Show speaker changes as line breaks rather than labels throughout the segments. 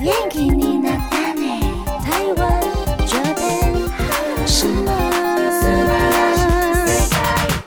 元気になったね台湾 Japan 什么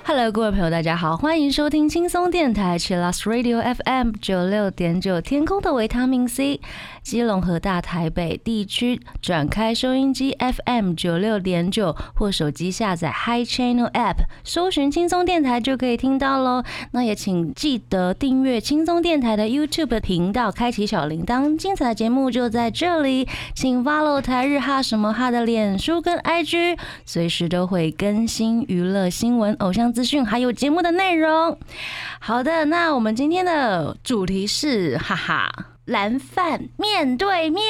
Hello，各位朋友，大家好，欢迎收听轻松电台 c h i l l a s Radio FM 九六点九，天空的维他命 C，基隆和大台北地区转开收音机 FM 九六点九，或手机下载 Hi Channel App，搜寻轻松电台就可以听到喽。那也请记得订阅轻松电台的 YouTube 频道，开启小铃铛，精彩节目就在这里。请 follow 台日哈什么哈的脸书跟 IG，随时都会更新娱乐新闻、偶像资讯，还有节目的内容。好的，那我们今天的主题是，哈哈。蓝饭面对面，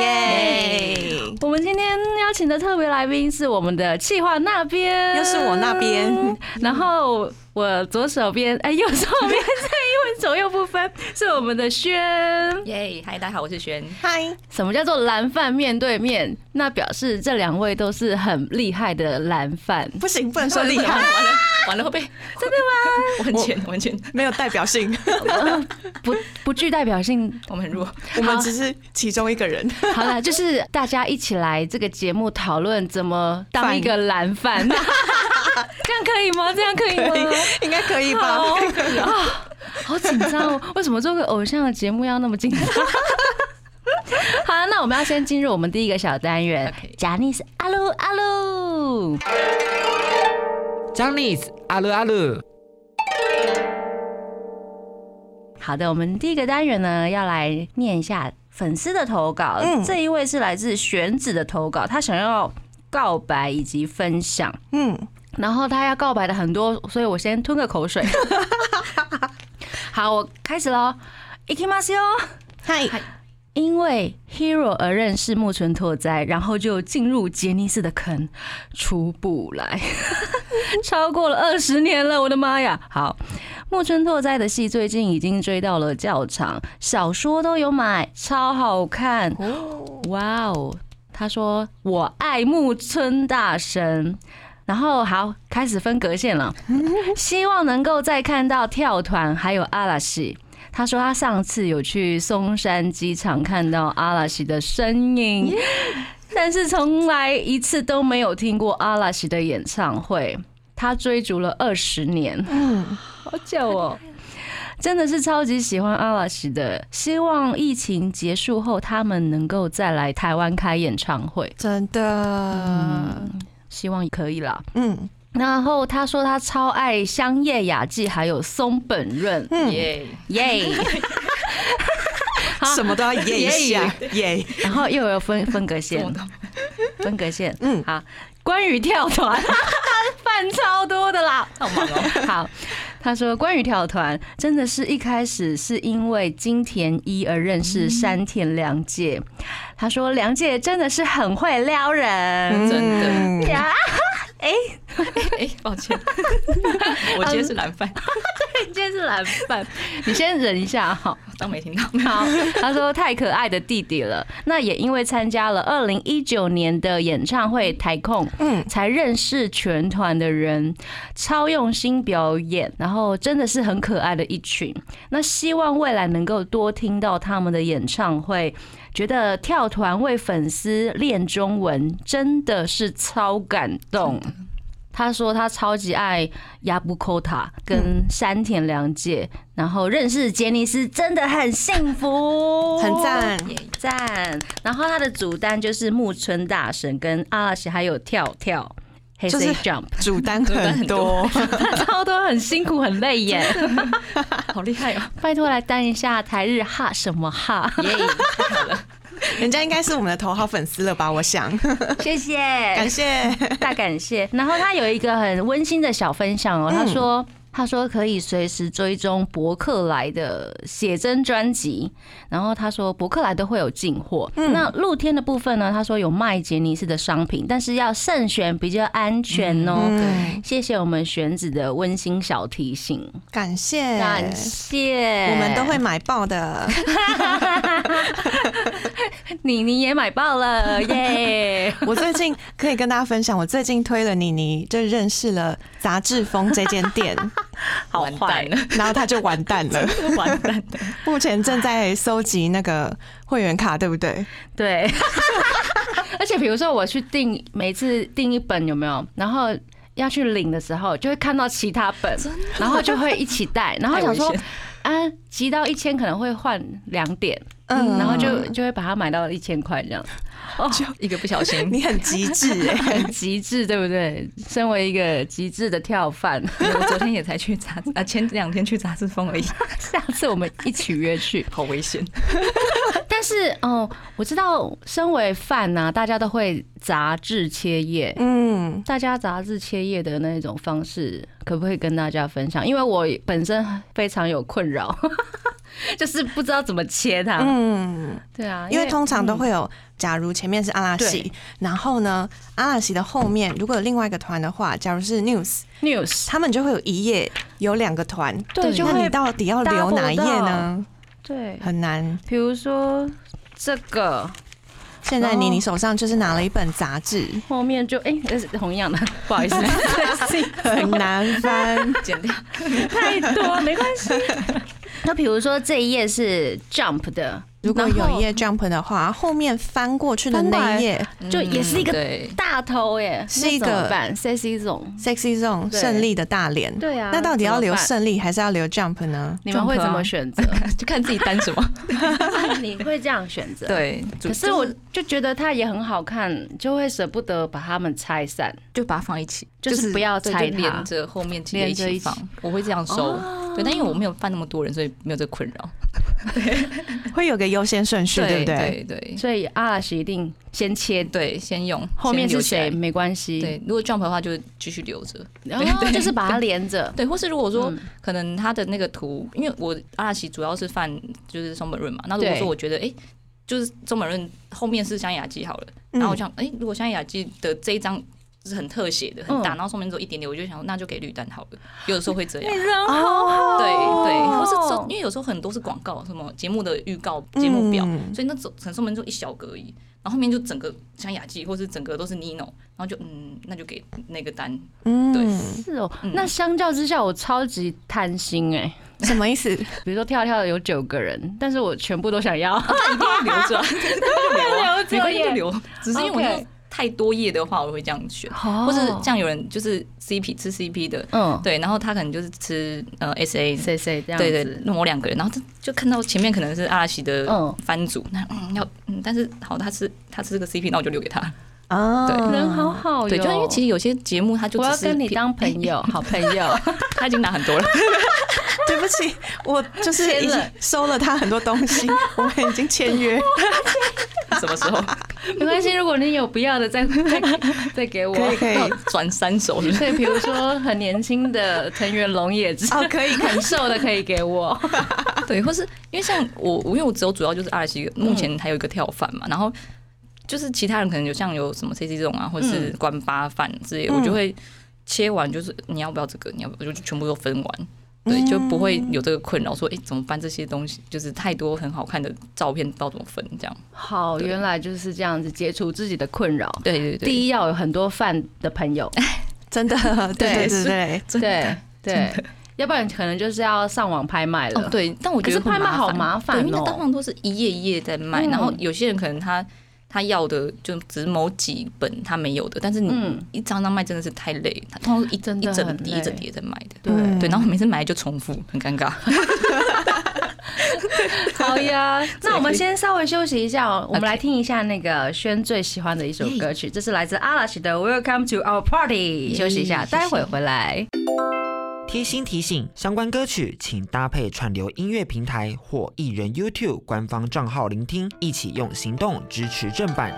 耶！
我们今天邀请的特别来宾是我们的企划那边，
又是我那边，
然后我左手边，哎，右手边是因为左右不分，是我们的轩。
耶，嗨，大家好，我是 璇。
嗨，
什么叫做蓝饭面对面？那表示这两位都是很厉害的蓝饭。
不行，不能说厉害，
完了完了会被 真的吗？ 我很浅，我很浅，
没有代表 性，
不不具代表性。
我们很弱。
我们只是其中一个人。
好了， 就是大家一起来这个节目讨论怎么当一个蓝 饭，这样可以吗？这样可以吗？
应该可以吧？
好啊，好紧张哦！为什么做个偶像的节目要那么紧张？ 好，那我们要先进入我们第一个小单元
OK，
贾尼斯阿鲁阿鲁。
张力阿鲁阿鲁，
好的，我们第一个单元呢，要来念一下粉丝的投稿。
嗯
这一位是来自玄子的投稿，他想要告白以及分享，
嗯，
然后他要告白的很多，所以我先吞个口水。 好，我开始喽。i k i m a s
嗨，
因为 Hero 而认识木村拓哉，然后就进入杰尼斯的坑，出不来， 超过了二十年了，我的妈呀！好，木村拓哉的戏最近已经追到了教场，小说都有买，超好看，哇哦！他说我爱木村大神。然后好，开始分隔线了，希望能够再看到跳团还有阿拉西。他说他上次有去松山机场看到阿拉西的身影，但是从来一次都没有听过阿拉西的演唱会。他追逐了二十年，好久哦。真的是超级喜欢阿拉西的，希望疫情结束后他们能够再来台湾开演唱会，
真的，
希望可以啦。
嗯，
然后他说他超爱香叶雅纪，还有松本润，
耶，
耶、好
什么都要耶一下，耶，
然后又有分分隔线
我，懂
分隔线，嗯
嗯，
好。关于跳团， 饭超多的啦。
好忙哦。
好，他说关于跳团，真的是一开始是因为金田一而认识山田凉介。他说凉介真的是很会撩
嗯
人
真
的，
呀，
哎，抱歉， 我今天是蓝饭，
今天是蓝饭，你先忍一下哈。
当没听到。
嗯 好，他说太可爱的弟弟了。那也因为参加了二零一九年的演唱会台控，
嗯
才认识全团的人，超用心表演，然后真的是很可爱的一群。那希望未来能够多听到他们的演唱会。觉得跳团为粉丝练中文真的是超感动。他说他超级爱亚布科塔跟山田凉介，然后认识杰尼斯真的很幸福，
很赞，
赞。然后他的主单就是木村大神跟阿拉西，还有跳跳。黑
就
C
是
jump，
主单很多，
超多很辛苦很累耶，
好厉害哦！
拜托来担一下台日哈什么哈，
耶，太好了，
人家应该是我们的头号粉丝了吧？我想，
谢谢，
感谢，
大感谢。然后他有一个很温馨的小分享哦，
嗯
他说。他说可以随时追踪博客来的写真专辑，然后他说博客来都会有进货。
嗯
那露天的部分呢？他说有卖杰尼斯的商品，但是要慎选比较安全哦。
嗯
谢谢我们玄子的温馨小提醒，
感谢，
感谢。
我们都会，买爆的，
你你也买爆了耶！
我最近可以跟大家分享，我最近推了妮妮，就认识了杂志风这间店，
好
完
坏
蛋了，
然后他就完蛋了。
完蛋 了。
目前正在搜集那个会员卡，对不对？
对， 而且比如说我去订，每次订一本有没有？然后要去领的时候，就会看到其他本，然后就会一起带，然后想说
太危险，
啊，集到一千可能会换两点，
嗯
然后就就会把它买到一千块这样，哦
一个不小心，
你很极致 哎、
很极致，对不对？身为一个极致的跳饭，
哎我昨天也才去杂 志啊，前两天去杂志风而已，
下次我们一起约去。
好危险。
但是哦、我知道身为饭呢、大家都会杂志切页，
嗯，
大家杂志切页的那种方式，可不可以跟大家分享？因为我本身非常有困扰， 就是不知道怎么切它。嗯，对啊，
因为嗯通常都会有，假如前面是阿拉西，然后呢，阿拉西的后面如果有另外一个团的话，假如是 News，
嗯 news
他们就会有一页有两个团，
对就
那你
会
到底要留哪一页呢？
对，
很难。
比如说这个
现在你
哦
你手上就是拿了一本杂志，
后面就哎，这是同 样的，不好意思，
很难翻。
剪掉，
太多没关 系。那比如说这一页是 jump 的，
如果有一
页
页 jump 的话，后面翻过去的
翻过来
那一页
就也是一个
嗯对，
大头耶，
是一个
那怎么办 sexy 总，
，sexy zone
对
胜利的大脸。
对啊，
那到底要
怎
留
么办？
胜利还是要留 jump 呢？
你们会怎么选 择？
就看自己担什么。
你会这样选择？。
对，
可是我就觉得它也很好看，就会舍不得把它们拆散。
就把它放一起，
就是不要
对
拆
就
它
连着后面几页一
连着一
起
起哦
放。我会这样收，对，但因为我没有办那么多人，所以没有这个困扰。
会有个优先顺序，对不对？
对对
所以阿拉西一定先切，
对，先用，
后面
先
是
留起来
谁？没关系。
对，如果 jump 的话，就继续留着。
然后就是把它连着。
对，或是如果说
嗯
可能他的那个图，因为我阿拉奇主要是犯就是松本润嘛，那如果
对
说我觉得哎、诶就是松本润后面是香雅纪好了，
嗯
嗯
然后我想哎、诶如果香雅纪的这一张。是很特写的，很大，
嗯
然后上面只有一点点，我就想那就给绿蛋好了。有的时候会这样，
人
哦，
对对，或是说，因为有时候很多是广告，什么节目的预告、节目表，
嗯
所以那走陈松门就一小格而已，然后后面就整个像雅纪，或是整个都是 Nino，然后就嗯，那就给那个单，
嗯，
是哦
嗯。
那相较之下，我超级贪心哎。
什么意思？
比如说跳跳有九个人，但是我全部都想 要。
一定要留着啊，
留
那
着
就留啊，没关系
耶
就留，只是因为
哦
我
OK
那种太多页的话，我会这样选，
哦
或是像有人就是 CP 吃 CP 的，
嗯，
对，然后他可能就是吃呃 SA。
谁谁这样
对
子。
对，某两个人，然后就就看到前面可能是阿拉西的
嗯
番组，那嗯要嗯，但是好，他吃他吃这个 CP，那我就留给他。
啊，
对
人好好哟。
嗯对，就因为其实有些节目他就
哦我要
只是
跟你
偏
当朋友，好朋 友。
他已经拿很 多了，
对不起，我就是已
签
经
了
收了他很多东西，我们已经签约。
什么时候
没关系，如果你有不要的，再再再给我。
可以可以
要，转三手是不是？
对，比如说很年轻的藤原龙也之，
哦，可以，可以
很瘦的可以给我。
对，或是因为像我，我因为我只有主要就是阿拉西，
嗯
目前还有一个跳饭嘛，然后就是其他人可能有像有什么 CC 这种啊，或是
嗯
关八饭之类的，我就会切完就是你要不要这个，你要不要我就全部都分完。
嗯
对，就不会有这个困扰，说哎、诶怎么办？这些东西就是太多很好看的照片，不知道怎么分这样。
好，
对
原来就是这样子解除自己的困扰。
对对对，
第一要有很多饭的朋 友，
真的，对对对
是
对，
真
对对，要不然可能就是要上网拍卖
哦，
了。
对，但我觉得
可是拍卖
很
好麻烦
对因为
哦
它通常都是一页一页在卖，
嗯
然后有些人可能他他要的就只是某几本他没有的，但是你
嗯哦
一张张卖真的是太累，他通常是一
真的
一整
很
叠
累
一整叠在卖的。
对
嗯
对，然后每次买就重复，很尴尬。
好呀， 那我们先稍微休息一下哦，我们
OK
来听一下那个轩最喜欢的一首歌曲，这是来自阿拉西的《Welcome to Our Party》。休息一下，
谢谢
待会回来。
贴心提醒：相关歌曲请搭配串流音乐平台或艺人 YouTube 官方账号聆听，一起用行动支持正版。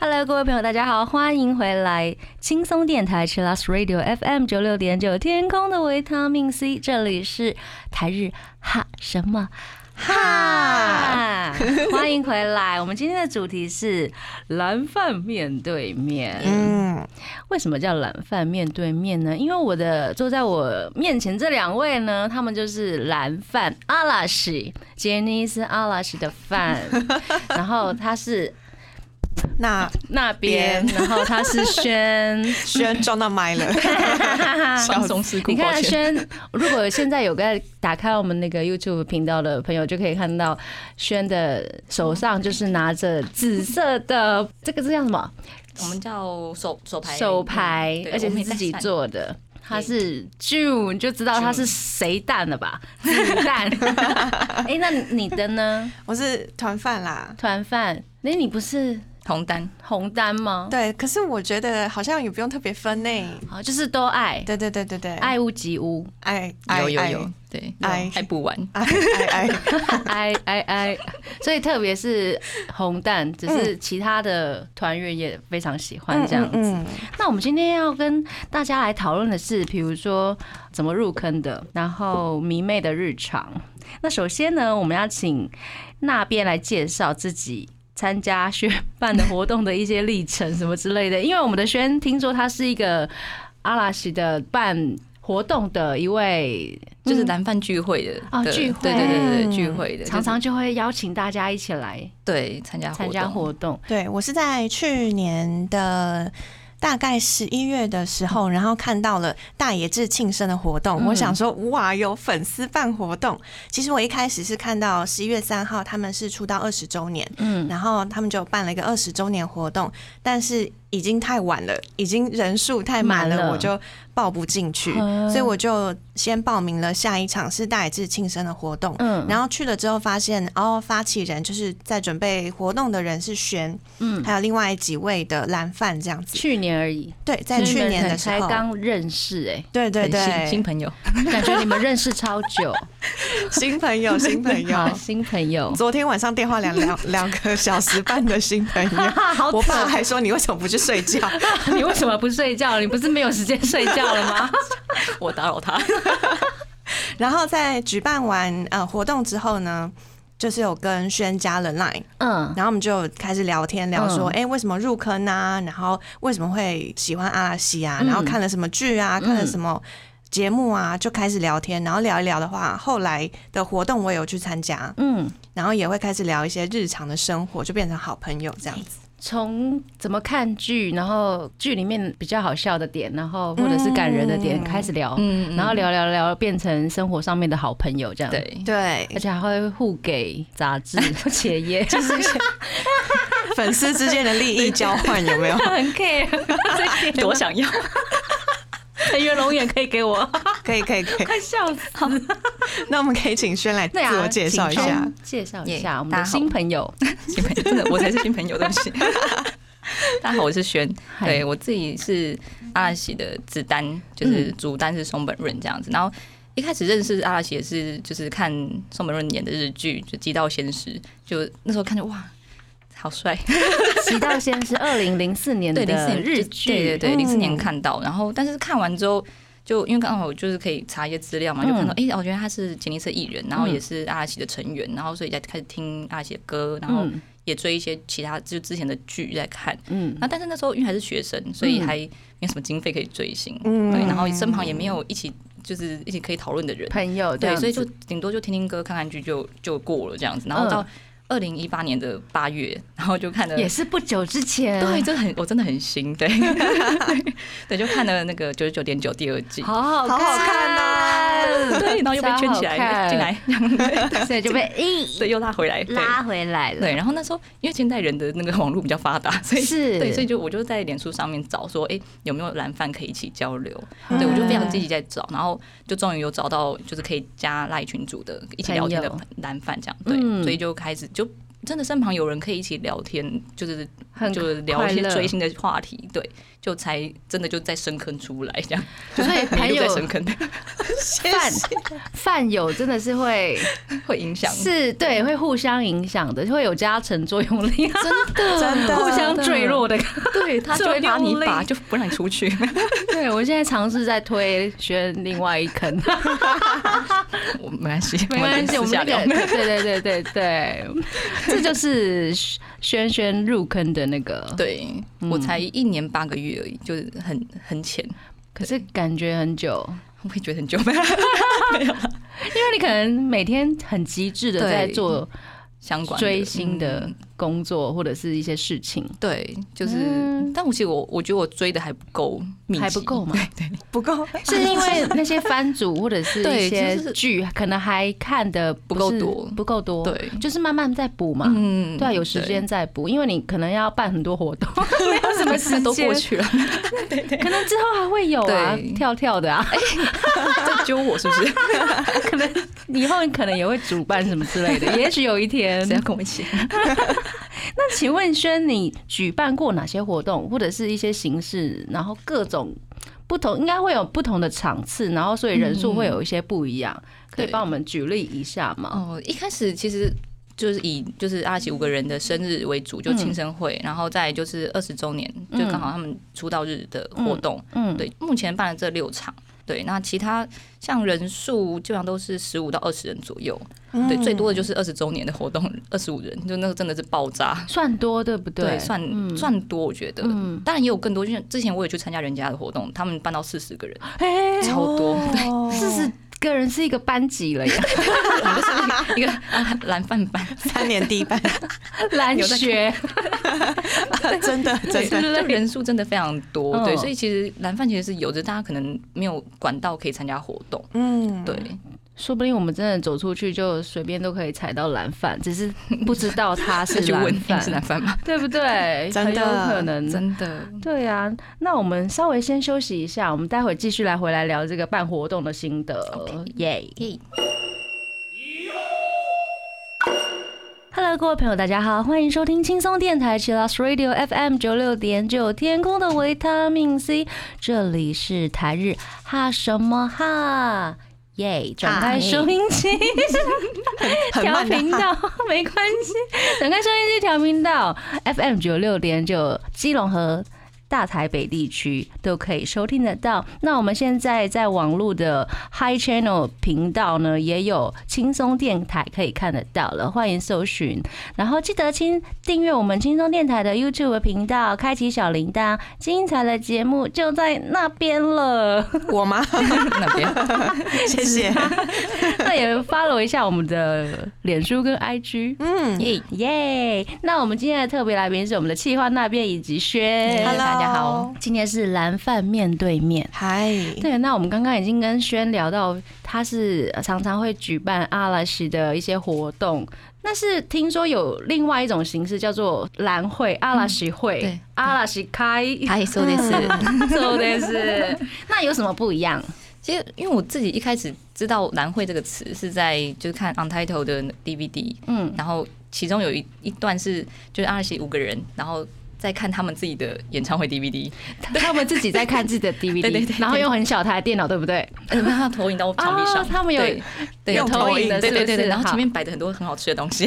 Hello，各位朋友，大家好，欢迎回来轻松电台 c h i l l s Radio FM 九六点九，天空的维他命 C，这里是台日哈什么哈， 欢迎回来。我们今天的主题是蓝饭面对面。
嗯，
为什么叫懒饭面对面呢？因为我的坐在我面前这两位呢，他们就是蓝饭阿拉西，杰尼斯阿拉西的饭，然后他是
那
那边，然后他是轩，
轩撞到麦了，
放松事 故，
你
抱
看啊
歉。
轩，如果现在有个打开我们那个 YouTube 频道的朋友，就可以看到轩的手上就是拿着紫色的，这个是叫什么
我们叫手手牌嗯
手牌，而且是自己。做的。它是 June，你就知道它是谁蛋了吧？子蛋。哎、那你的呢？
我是团饭啦。
团饭？哎、你不是
红单，
红单吗？
对，可是我觉得好像也不用特别分呢。
好，就是都爱，
对对对对对，
爱屋及乌，
爱爱
有有
爱
有，对，
哎
还不完。
爱爱爱，
爱爱爱， 所以特别是红蛋，只是其他的团员也非常喜欢这样子。
嗯嗯，嗯
那我们今天要跟大家来讨论的是，比如说怎么入坑的，然后迷妹的日常。那首先呢，我们要请那边来介绍自己。参加宣办的活动的一些历程什么之类的，因为我们的轩听说他是一个阿拉西的办活动的一位，
就是蓝饭聚会的
嗯哦
的
聚会
对对对
嗯
对，聚会的，
常
就是
常就会邀请大家一起来
对参加
参加活动。
对我是在去年的。大概十一月的时候，然后看到了大野智庆生的活动，
嗯
我想说哇，有粉丝办活动。其实我一开始是看到十一月三号他们是出道二十周年，
嗯，
然后他们就办了一个二十周年活动，但是已经太晚了，已经人数太满了，
满了
我就报不进去，
嗯
所以我就先报名了下一场是大野智庆生的活动。
嗯
然后去了之后发现，哦，发起人就是在准备活动的人是轩，
嗯，
还有另外几位的蓝饭这样子。
去年而已，
对，在去年的时
所以你
候
们才，刚认识哎、
对对
对新新
对，
朋友，
感觉你们认识超久，
新朋友，新朋
好
友。，
新朋友
昨天晚上电话聊两两个小时半的新朋友，
好
我爸还说你为什么不去睡觉？
你为什么不睡觉？你不是没有时间睡觉了吗？
我打扰他，
然后在举办完呃活动之后呢，就是有跟轩加了 Line，
嗯，
然后我们就开始聊天，聊说
嗯
哎、诶为什么入坑啊，然后为什么会喜欢阿拉西啊，
嗯
然后看了什么剧啊，看了什么。节目啊，就开始聊天，然后聊一聊的话，后来的活动我也有去参加，
嗯，
然后也会开始聊一些日常的生活，就变成好朋友这样子。
从怎么看剧，然后剧里面比较好笑的点，然后或者是感人的点
嗯
开始聊，
嗯
然后聊聊聊变成生活上面的好朋友这样。，
对，
对，
而且还会互给杂志且也
就是一些粉丝之间的利益交换有 没 有？
很 care，这一点
多想要，
陈元龙眼可以给我，
可以可以可以，
快笑死！
那我们可以请轩来自
对啊，
我介绍一
请
下。
先介绍一
耶
下我们
大家
的
好
新朋 友。
新朋友真的我才是新朋友，对不 起。大家好，我是轩，
嗨
对我自己是阿拉西的子丹，
嗯
就是主丹是松本润这样子。然后一开始认识阿拉西也是就是看松本润演的日剧，就《极道鲜师》，就那时候看着哇，好帅，
《极道先师》二零零四年的
对，零四年
日
就
剧，
对对对，零四年
嗯
看到，然后但是看完之后。就因为刚好我就是可以查一些资料嘛，就看到
嗯
哎、诶我觉得他是杰尼斯艺人，然后
嗯
也是阿拉西的成员，然后所以才开始听阿拉西的歌，然后
嗯
也追一些其他就之前的剧在看。
嗯
那但是那时候因为还是学生，所以还没有什么经费可以追星，
嗯
对，然后身旁也没有一起就是一起可以讨论的人，
朋友这
对，
样
所以
子
就顶多就听听歌、看看剧就就过了这样子。然后到二零一八年的八月，然后就看了。
嗯也是不久之前，
对，，真 的很，我真的很新，对，对，就看了那个九十九点九第二季，
好好啊
好好
看 哦，
对，然后又被圈起
超好
来
看
进来，这样对
所以就被咦
对，又拉回来，对，
拉回来了，
对，然后那时候因为现代人的那个网络比较发达，所以
是
对，所以就我就在脸书上面找说，哎、有没有蓝饭可以一起交流？
嗯
对我就非常积极在找，然后就终于有找到就是可以加赖群组的一起聊天的
朋
蓝饭这样，对，
嗯
所以就开始就。真的身旁有人可以一起聊天，就是
很
就是聊一些
快乐
追星的话题，对，就才真的就在深坑出来这样，
所以朋
迷路在深
友
坑
饭饭友真的是会
会影响，
是对会互相影响的，会有加成作用力，
真的
真 的
互相坠落的。
对 他就会把你拔，就不让你出去。
对我现在尝试在推学另外一坑。
我没关系，
没关系，我们
私
那
下聊
个对对对对对，这就是轩轩入坑的那个，，
对、
嗯
我才一年八个月而已，就是很很浅，
可是感觉很久，
我也觉得很久
因为你可能每天很极致的在
对
做
相关的
追星的
嗯
工作或者是一些事情，
对，就是，
嗯
但我其实我我觉得我追的还不够密集，
还不 够吗？
不够，
是因为那些番组或者是一
对就
些
是
剧，可能还看的不
不够
是
多
不够多，，
对，
就是慢慢在补嘛。
嗯
对啊，有时间再补，因为你可能要办很多活 动，没有什么时间，
都过，去了，
可能之后还会有啊，
对
跳跳的啊，
在揪 我是不是？
可能以后你可能也会主办什么之类 的，也许有一天。
谁要跟我一起？
那请问轩，你举办过哪些活动，或者是一些形式，然后各种不同，应该会有不同的场次，然后所以人数会有一些不一样，可以
对
帮我们举例一下吗？
哦，一开始其实就是以就是阿奇五个人的生日为主，就庆生
嗯
会，然后再就是二十周年，就刚好他们出道日的活动。
嗯，
对，目前办了这六场。对，那其他像人数基本上都是十五到二十人左右，对，
嗯
最多的就是二十周年的活动， 二十五人，就那个真的是爆炸，
算多对不对？
对，算、
嗯
算多，我觉得，
嗯
当然也有更多，就像之前我也去参加人家的活动，他们办到四十 个人，
哎，
超多，
嗯哦
四十个人是一个班级了呀，
对，一个 啊蓝饭班，
三年地板，
蓝学
真的 真的，
就人数真的非常多，对，
嗯
所以其实蓝饭其实是有着大家可能没有管道可以参加活动，
嗯，
对，
说不定我们真的走出去就随便都可以踩到蓝饭，只是不知道他 是
去
蓝
问你是
饭，
蓝
啊
饭吗？
对不对？
真的
很有可能。
真的，
对啊，那我们稍微先休息一下，我们待会继续来回来聊这个办活动的心得
OK。
耶
耶
Hello，各位朋友，大家好，欢迎收听轻松电台 c h i l l s Radio FM 九六点九，天空的维他命 C，这里是台日哈什么哈。耶转开收音机，
啊哎 很
调
慢的啊
频
哈
道 没关系，转开收音机调频道 FM 九六点九，基隆和大台北地区都可以收听得到。那我们现在在网络的 Hi Channel 频道呢，也有轻松电台可以看得到了，欢迎搜寻。然后记得轻订阅我们轻松电台的 YouTube 频道，开启小铃铛，精彩的节目就在那边了。
我 吗？
那边
谢谢，
啊那也 follow 一下我们的脸书跟 IG。
嗯
耶
耶那我们今天的特别来宾是我们的企划那边以及轩
Hello 大家好，
今天是蓝饭面对面。
嗨，
对，那我们刚刚已经跟轩聊到，他是常常会举办阿拉西的一些活动，但是听说有另外一种形式叫做蓝会、阿拉西会、
对
阿拉西开，
嗨，そう
嗯
です。
说的是，那有什么不一样？
其实因为我自己一开始知道“蓝会”这个词是在就是看 Untitled 的 DVD，
嗯，
然后其中有一一段是就是阿拉西五个人，然后在看他们自己的演唱会 DVD，
他们自己在看自己 的 DVD，
对对对
然后用很小台的电脑，对不对？
呃，让它投影到墙壁上，
哦他们有
对对
有投影的
对对
是
对
不是
对，然后
好
前面摆的很多很好吃的东西，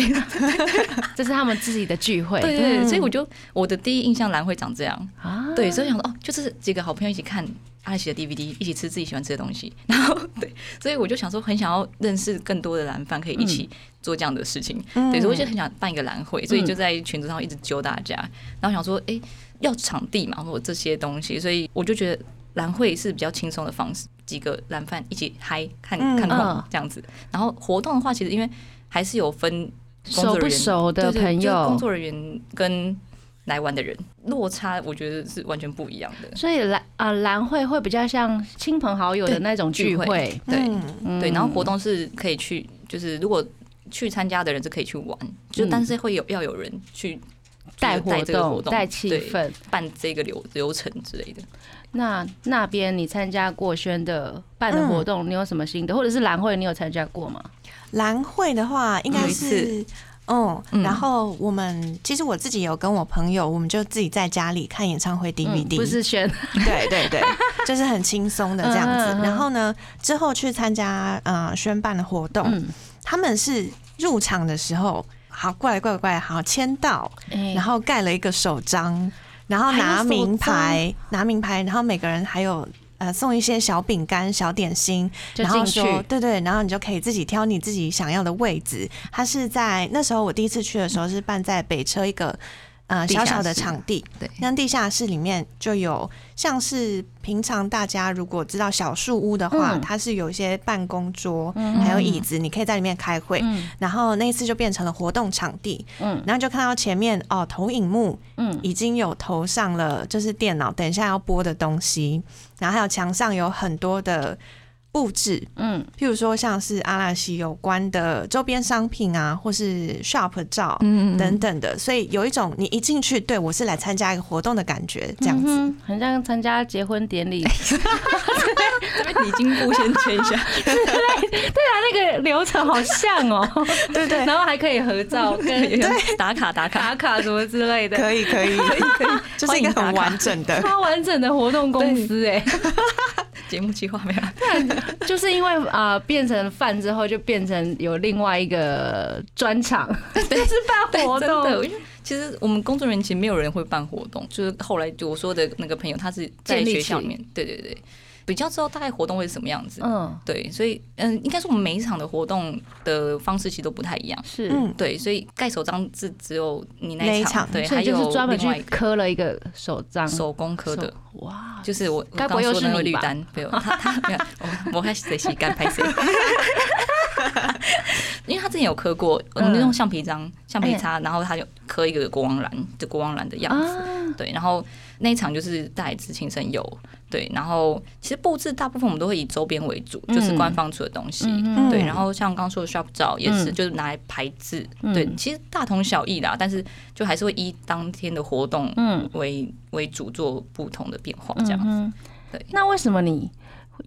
这是他们自己的聚会。
对对对，所以我就我的第一印象蓝会长这样，
啊，
对，所以我想说哦，就是几个好朋友一起看阿拉西的 DVD，一起吃自己喜欢吃的东西， 然后对，所以我就想说很想要认识更多的蓝饭，可以一起
嗯
做这样的事情，
嗯
对，所以我就很想办一个蓝会，所以就在群组上一直揪大家，然后想说哎、要场地嘛，或者这些东西，所以我就觉得蓝会是比较轻松的方式，几个蓝饭一起嗨看
嗯
看
嗯
空这样子，然后活动的话，其实因为还是有分工
熟
作
不
人员
熟的
对对
朋
就是工
友，
作人员跟来玩的人落差，我觉得是完全不一样的。
所以蓝啊蓝会会比较像亲朋好友的
对
那种聚
聚会
会，
对、
嗯
嗯
对，然后活动是可以去，就是如果去参加的人是可以去玩，就
嗯
但是会有要有人去
带
就是带
活
这个
动、
活动
带气
对
氛。
办这个流流程之类的。
那那边你参加过轩的办
嗯
的活动，你有什么心得？或者是蓝会你有参加过吗？
蓝会的话应该
有一
是
次。
嗯，
嗯
然后我们其实我自己有跟我朋友，我们就自己在家里看演唱会
嗯
DVD，、
不是轩，
对对对，就是很轻松的这样
嗯嗯嗯
子。然后呢，之后去参加呃宣办的活动，
嗯，
他们是入场的时候，好过来过来过来，好签到，然
嗯哎
后
后盖了一个手章，然后拿名牌，拿名牌，然后每个人还有。呃，送一些小饼干、小点心，
就
然后
进去，
说对对，然后你就可以自己挑你自己想要的位置。它是在那时候我第一次去的时候是办在北车一个呃
地下
小
室
小的场地。
对，
那地下室里面就有像是平常大家如果知道小树屋的话，
嗯
它是有一些办公桌，
嗯
还有椅子，你可以在里面开会。
嗯
然后那一次就变成了活动场地，
嗯
然后就看到前面哦投影幕
嗯
已经有投上了，就是电脑等一下要播的东西，然后还有墙上有很多的布置，
嗯
譬如说像是阿拉西有关的周边商品啊，或是 shop 照
嗯
等等的，所以有一种你一进去，对我是来参加一个活动的感觉，这样子。
嗯哼很像参加结婚典礼
这边你经 过先签一下，
那个流程，好像 哦。
对对
然后还可以合照 跟
打卡打卡
打，卡什么之类的，
可以 可以，就是一个很完整 的。
超完整的活动公司哎、
节目计划 没有？啊
就是因为啊、呃变成饭之后，就变成有另外一个专 场，就是办活
对，真
动。
的，因为其实我们工作人员其实没有人会办活动，就是后来就我说的那个朋友，他是在
建立
学校
起
里面，对对对，比较知道大概活动会是什么样子。
嗯，
对，所以嗯，应该说我们每一场的活动的方式其实都不太一样。
是，
嗯，
对，所以盖手章是只有你那
那
一
一场
对，
所
还
以就
有
是专门
另外
去
一个
刻了一个手章，
手工科的
手，哇，
就是我
该
我
不会
刚
又
说
是
的那个
你
绿
吧
单，没有他他没有，我我还谁洗干拍谁。 因为他之前有刻过，我们就
嗯
用橡皮章、橡皮擦，然后他就刻一个国王蓝，就国王蓝的样子。
啊，
对，然后那一场就是带知情声友，对，然后其实布置大部分我们都会以周边为主，就是
嗯
官方出的东西。
嗯
对，然后像刚说的 shop 照也是，
嗯
就是拿来排字。
嗯
对，其实大同小异啦，但是就还是会依当天的活动
嗯
为为主做不同的变化，
嗯
这样子。
嗯
对
那为什么你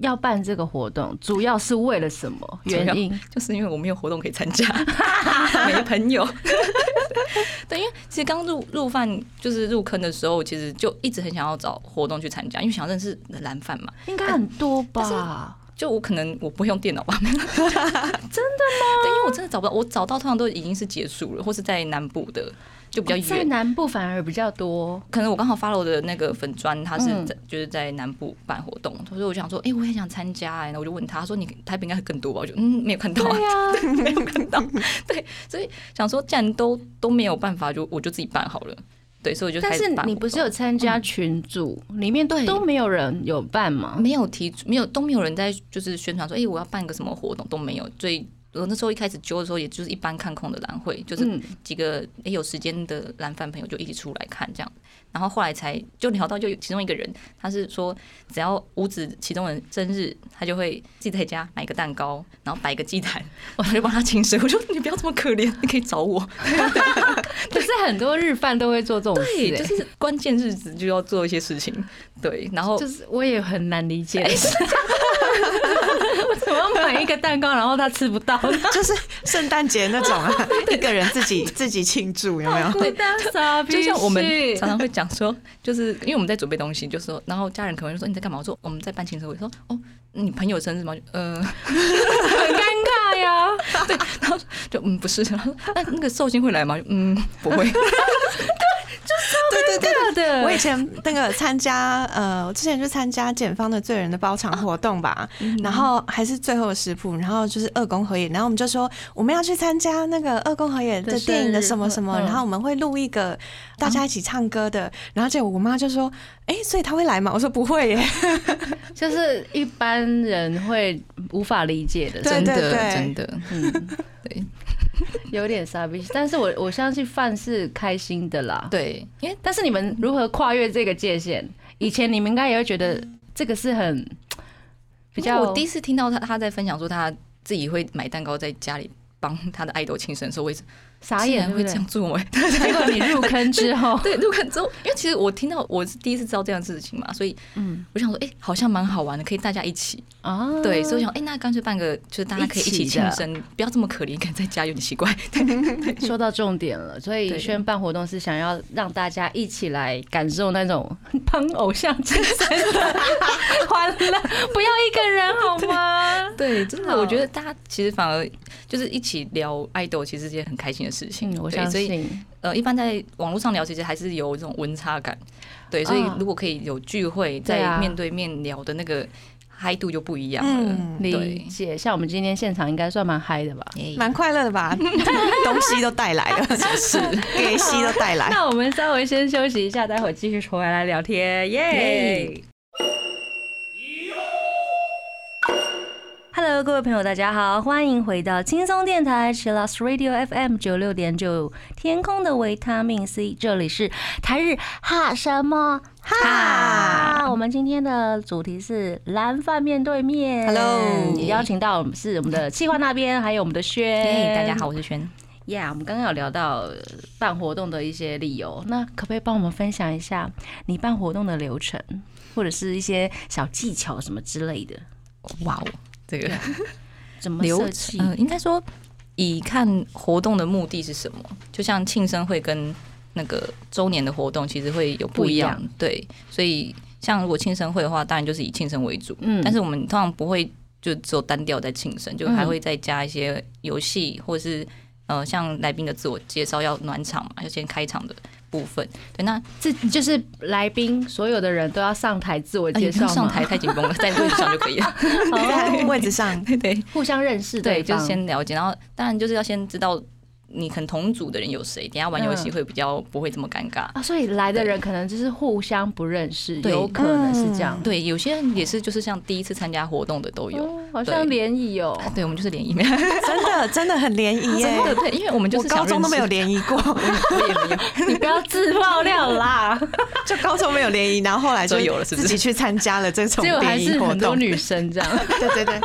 要办这个活动？主要是为了什么原因？
就是因为我没有活动可以参加， 没朋友。 对，因为其实刚入入饭就是入坑的时候，其实就一直很想要找活动去参加，因为想认识蓝饭嘛。
应该很多吧？
就我可能我不会用电脑吧，真 的吗？对，因为我真的找不到，我找到通常都已经是结束了，或是在南部的，就比较
哦在
远。
南部反而比较多。
可能我刚好 follow 的那个粉砖，他是
嗯
在、就是在南部办活动，所以我就想说，哎、我也想参加、哎，然后我就问他，他说你台北应该更多吧？我就嗯没有看到、啊，
呀，
没有看到，对，所以想说既然都都没有办法，就我就自己办好了，对，所以我就
但
开
是
始办
你
活
不是
动
有参加群组，里面
对
都没有人有办吗？
没有提出没有都没有人在就是宣传说，哎、我要办个什么活动都没有，所以我那时候一开始揪的时候，也就是一般看空的蓝会，就是
嗯
几个哎、诶有时间的蓝饭朋友就一起出来看这样，然后后来才就聊到就有其中一个人，他是说只要五子其中人生日，他就会自己在家买个蛋糕，然后摆一个祭坛，我就帮他庆生，我说你不要这么可怜，你可以找我，
可是很多日饭都会做这种事、 欸
对，就是关键日子就要做一些事情， 对，然后
哦就是我也很难理解， 我怎么买一个蛋糕，然后他吃不到？
就是圣诞节那种啊，一个人自己自己庆祝，有没有？
孤单傻逼
就像我们常常会讲说，就是因为我们在准备东西，就说，然后家人可能会说你在干嘛？我说我们在办庆生会。说哦，你朋友生日吗？就呃，
很尴尬呀，
就嗯不是。然后那那个寿星会来吗？就嗯，不会。
对 对对
对的，
我以前那个参加呃，我之前去参加检方的罪人的包场活动吧，然后还是最后的食谱，然后就是二宫和也，然后我们就说我们要去参加那个二宫和也的电影的什么什么，
嗯
然后我们会录一个大家一起唱歌的，然后结果我妈就说，哎，所以他会来吗？我说不会耶，
就是一般人会无法理解的，
对
真的
对对
真的，
嗯，
对
有点傻逼。但是我我相信饭是开心的啦，
对，因为
但是你们如何跨越这个界限？以前你们应该也会觉得这个是很比
因
较
为我第一次听到他他在分享说他自己会买蛋糕在家里。帮他的爱豆庆生的时候，我也是
傻
竟
眼，
然
对
会
不
这
对
样？做哎、
结果你入坑之后，
对，入坑之后，因为其实我听到我是第一次知道这样的事情嘛，所以
嗯
我想说，哎、好像蛮好玩的，可以大家一起。
啊，
对，所以我想，哎、那干脆办个，就是大家可以一
一
起
起的
庆生，不要这么可怜，感觉在家有点奇怪。
说到重点了，所以
对
宣办活动是想要让大家一起来感受那种 帮偶像庆生的欢乐，不要一个人好吗？
对，真的，
好
我觉得大家其实反而就是一起聊爱豆，其实是件很开心的事情。
嗯，我
对
相
所以
信
呃，一般在网络上聊，其实还是有这种温差感。对，所以
啊
如果可以有聚会，
对啊
在面对面聊的那个。嗨度就不一样了。
嗯，
理
对
解。像我们今天现场应该算蛮嗨的吧？
哎
蛮快乐的吧？东西都带来了，是给西都带来。
那我们稍微先休息一下，待会儿继续回来聊天，耶、Hello，各位朋友，大家好，欢迎回到轻松电台 Chillax Radio FM 九六点九，天空的维他命 C，这里是台日哈什么哈。我们今天的主题是蓝饭面对面
Hello
邀请到我们是我们的企划那边，还有我们的轩
嘿，大家好，我是轩。
呀我们刚刚有聊到呃办活动的一些理由，那可不可以帮我们分享一下你办活动的流程，或者是一些小技巧什么之类的？
哇哦，这个
怎么
流
设计？
程，呃，应该说以看活动的目的是什么。就像庆生会跟那个周年的活动，其实会有不一样。
不
对，所以像如果庆生会的话，当然就是以庆生为主。
嗯
但是我们通常不会就只有单调在庆生，就
嗯
还会再加一些游戏，或是呃像来宾的自我介绍要暖场嘛，要先开场的部分。对，那
这就是来宾所有的人都要上台自我
啊
介
你不
绍
用
吗
上台太紧绷 了，在位置上就可以了。
在位置上，
对对
互相认识
对，就
方
是先了解，然后当然就是要先知道你可能同组的人有谁，等一下玩游戏
嗯
会比较不会这么尴尬。
啊，所以来的人可能就是互相不认识，
对
有可能是这样。
对，有些人也是就是像第一次参加活动的都有。
哦，好像
对
联谊哦，
对，我们就是 联谊，
真的 真的很联谊耶！
对对，因为我们就
我
是想
高中都没有
认
联谊过，
识，我也没有。
你不要自爆料 啦，
就高中没有联谊，然后后来就
都有了是不
自
是
己去参加了这种
结果还
联谊
是
活
很多
动。
女生这样。
对对对，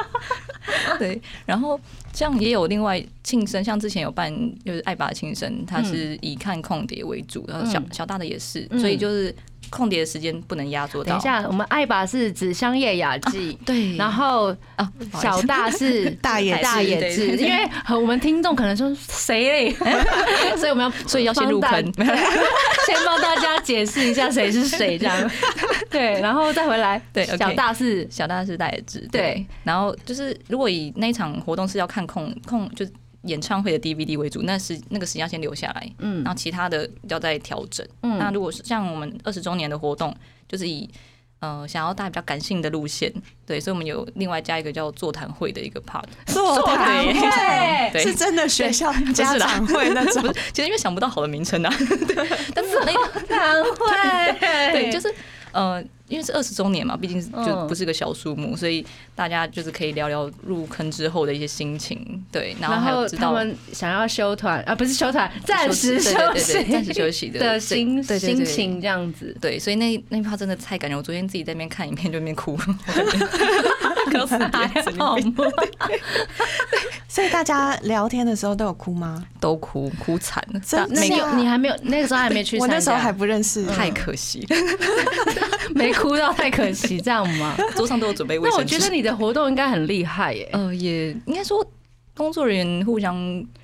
对，然后像也有另外庆生，像之前有办就是爱爸庆生，它是以看空碟为主，然后小
嗯
小大的也是，
嗯
所以就是空碟的时间不能压缩
等
到
一。下，我们爱吧是指香叶雅纪，
对，
然后
啊，嗯不好意思
小大 是
大野
大
野
野
智
智，
对对对
因为和我们听众可能说 谁嘞，所以我们要
所以要先入
帮大
坑
对 先帮大家解释一下谁是谁这 样，对，然后再回来，
对，OK
小大是
小大是大野智，
对
对。然后就是，如果以那一场活动是要看控控，就是演唱会的 DVD 为主，那是那个时间要先留下来，
嗯
然后其他的要再调整。那
嗯，
如果是像我们二十周年的活动，就是以呃想要大家比较感性的路线，对，所以我们有另外加一个叫座谈会的一个 part，
座谈
对
会
对
是真的学校家长会那种，
其实因为想不到好的名称啊， 对，但是那个
难会，
对，就是呃，因为是二十周年嘛，毕竟是就
哎嗯
不是个小数目，所以大家就是可以聊聊入坑之后的一些心情，对，然后
然
还有
后
知
他
道
们想要休团啊，不是休团，暂时
对
休
对对对暂时
息
休息的
的
对
心
对对
心
对
情这样子。
对，所以那那一趴真的太感人，我昨天自己在那边看影片就在那边哭， 我感觉搞死别神经病
所以大家聊天的时候都有哭吗？
都哭哭惨了，
真
但
的
没
每个
有，你还没有，那个时候还没去参加，
我那时候还不认识，
太可惜，
没哭到太可惜，这样 吗？
桌上都有准备卫
那我
生
觉
纸。
得你的活动应该很厉害耶，
呃，也应该说工作人员互相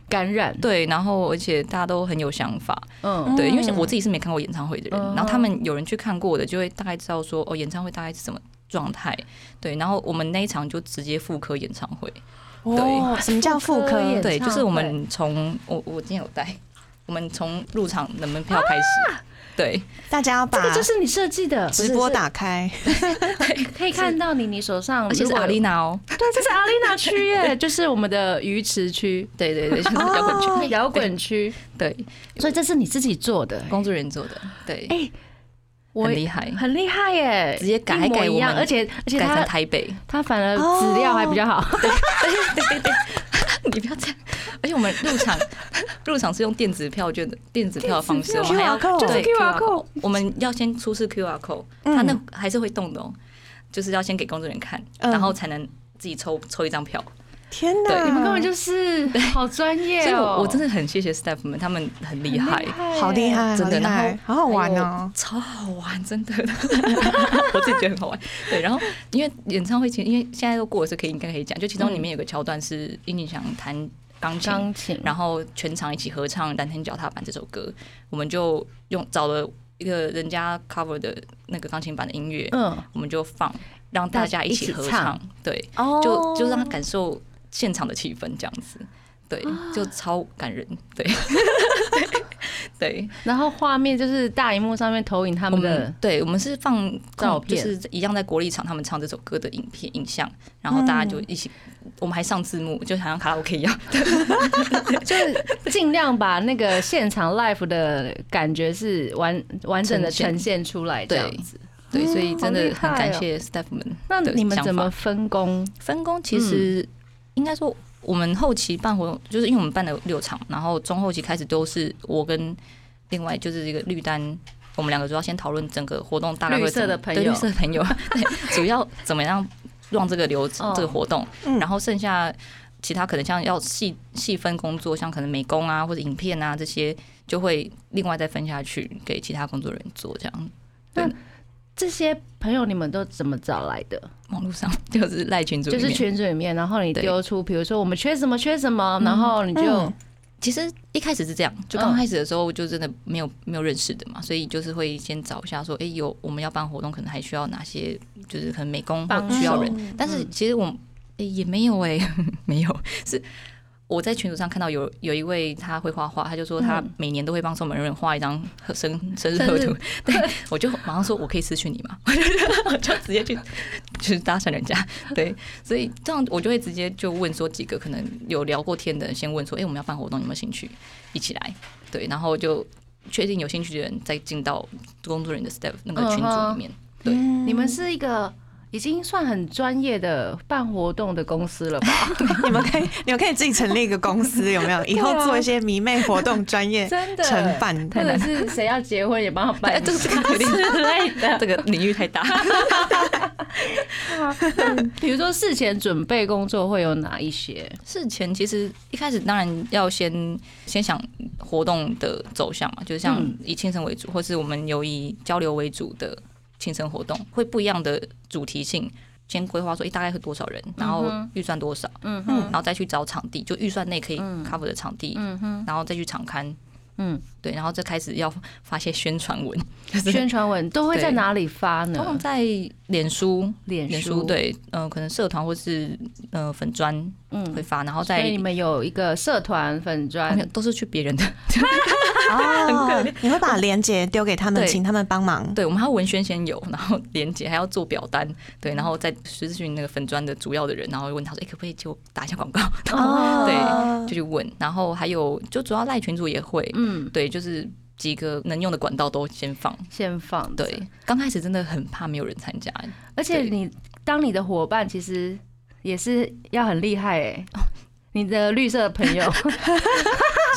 感染，
对，然后而且大家都很有想法，
嗯，
对，因为像
嗯
我自己是没看过演唱会的
嗯
人，然后他们有人去看过的，就会大概知道说哦，演唱会大概是什么状态。对，然后我们那一场就直接复刻演唱会，
哦，
对
什么叫妇
妇科
科
耶？
对，
唱
就是我们从我我今天有带，我们从入场的门票开始，对，
大家要
这
把
个就是你设计的，
直播打开，
可以看到你你手上，
而且是阿丽
娜，
娜哦，
对，这是阿丽 娜区耶，就是我们的鱼池区，
对对对，就是啊摇滚
哦
圈，
摇滚区，
对，
所以这是你自己做的，
工作人员做的，对，
哎我
很厉害，
很厉害耶，
直接改
一模
改我
一样，
们
而且而且
改成
他
台哦北，
他反而资料还比较好，
你不要这样。而且我们入 场入场是用电子票券的电子票的方 式，
电
我
子
们
票
还要
QR code
对
就是 QR code
我们要先出示 QR code，
嗯
它那还是会动的哦，就是要先给工作人员看，
嗯
然后才能自己抽抽一张票。
天哪！
对
你们根本就是好专
嗯所
业
以
哦，
我我真的很谢谢 staff 们，他们很厉害，
好厉害，好
真的
厉害，好好玩哦。
超好玩，真的， 我自己觉得很好玩。对，然后因为演唱会其实因为现在都过了，是可以应该可以讲，就
嗯
其中里面有个桥段是殷景祥弹钢琴，
钢琴，
然后全场一起合唱《蓝天脚踏板》这首歌，我们就用找了一个人家 cover 的那个钢琴版的音乐，
嗯，
我们就放，让大家一起合唱，对，
哦
就就让他感受
啊
现场的气氛，这样子，对，就超感人，对，对，
然后画面就是大荧幕上面投影他
我
们的
们，对我们是放
照
就
片
是一样在国立场他们唱这首歌的影片影像，然后大家
嗯
就一起，我们还上字幕，就好像卡拉 OK 一样。
就是尽量把那个现场 live 的感觉是完完整的呈现出来这
对
样子。
对，所
嗯
以
好
真的
厉
很
害
感
哦
谢 staff 们。
那
的
你们
想
怎么
法
分工？
分工其
嗯
实应该说，我们后期办活动，就是因为我们办了六场，然后中后期开始都是我跟另外就是一个绿单。我们两个主要先讨论整个活动大概会
绿色
怎么
的朋
对
友
绿色的朋友，对，主要怎么样让这个流程
哦
这个活动，
嗯
哎然后剩下其他可能像要细细分工作，像可能美工啊或者影片啊这些，就会另外再分下去给其他工作人员做，这样
这些朋友你们都怎么找来的？
网络上 就是赖群主里
就
面，
是群组里面，然后你
对
丢出，比如说我们缺什么缺什么，然后你就、
嗯
其实一开始是这样，就刚开始的时候就真的没有没有认识的嘛，所以就是会先找一下说，哎、有我们要办活动，可能还需要哪些，就是可能美工
帮
或需要人
手，
但是其实我们、诶 也没有哎、没有是。我在群组上看到有有一位他会画画，他就说他
嗯
每年都会帮守门人画一张贺生生日
生
贺
日
图，对，我就马上说我可以私讯你嘛， 我就直接去 去搭讪人家，对，所以这样我就会直接就问说几个可能有聊过天的人，先问说，哎、我们要办活动，有没有兴趣一起来？对，然后就确定有兴趣的人再进到工作人员的 staff 那个群组里面。
嗯
对
你们是一个已经算很专业的办活动的公司了吧？
你们可以，你们可以自己成立一个公 司，有没
啊
有？以后做一些迷妹活动，专业
真的哎
承办。
或者是谁要结婚也帮他办
哎这个这个有点
之类的。
这个领域太大，
比如说事前准备工作会有哪一 些？
事前其实一开始当然要先先想活动的走向嘛，就是像
嗯
以庆生为主，或是我们有以交流为主的庆生活动，会不一样的主题性。先规划说，诶、大概是多少人，然后预算多少，
嗯
哼
然后再去找场地，就预算内可以 cover 的场地，
嗯哼，
然后再去场刊，
嗯，
对，然后再开始要发些宣传文，
宣传文都会在哪里发
通常
呢？
在脸书、
脸
脸书，对，呃，可能社团或是呃粉砖会
嗯。
发，然后
所
再
以你们有一个社团粉
没有
砖，
都是去别人的，
哦，你会把链接丢给他们，
对
请他们帮忙。
对，我们还要文宣先有，然后连接还要做表单，对，然后再私讯那个粉砖的主要的人，然后问他说，哎、可不可以给我打一下广告？然后
哦，
对，就去问，然后还有就主要赖群主也会，
嗯，
对，就是几个能用的管道都先放。
先放着
对，刚开始真的很怕没有人参加，
而且
对
你当你的伙伴其实也是要很厉害哎、你的绿色的朋 友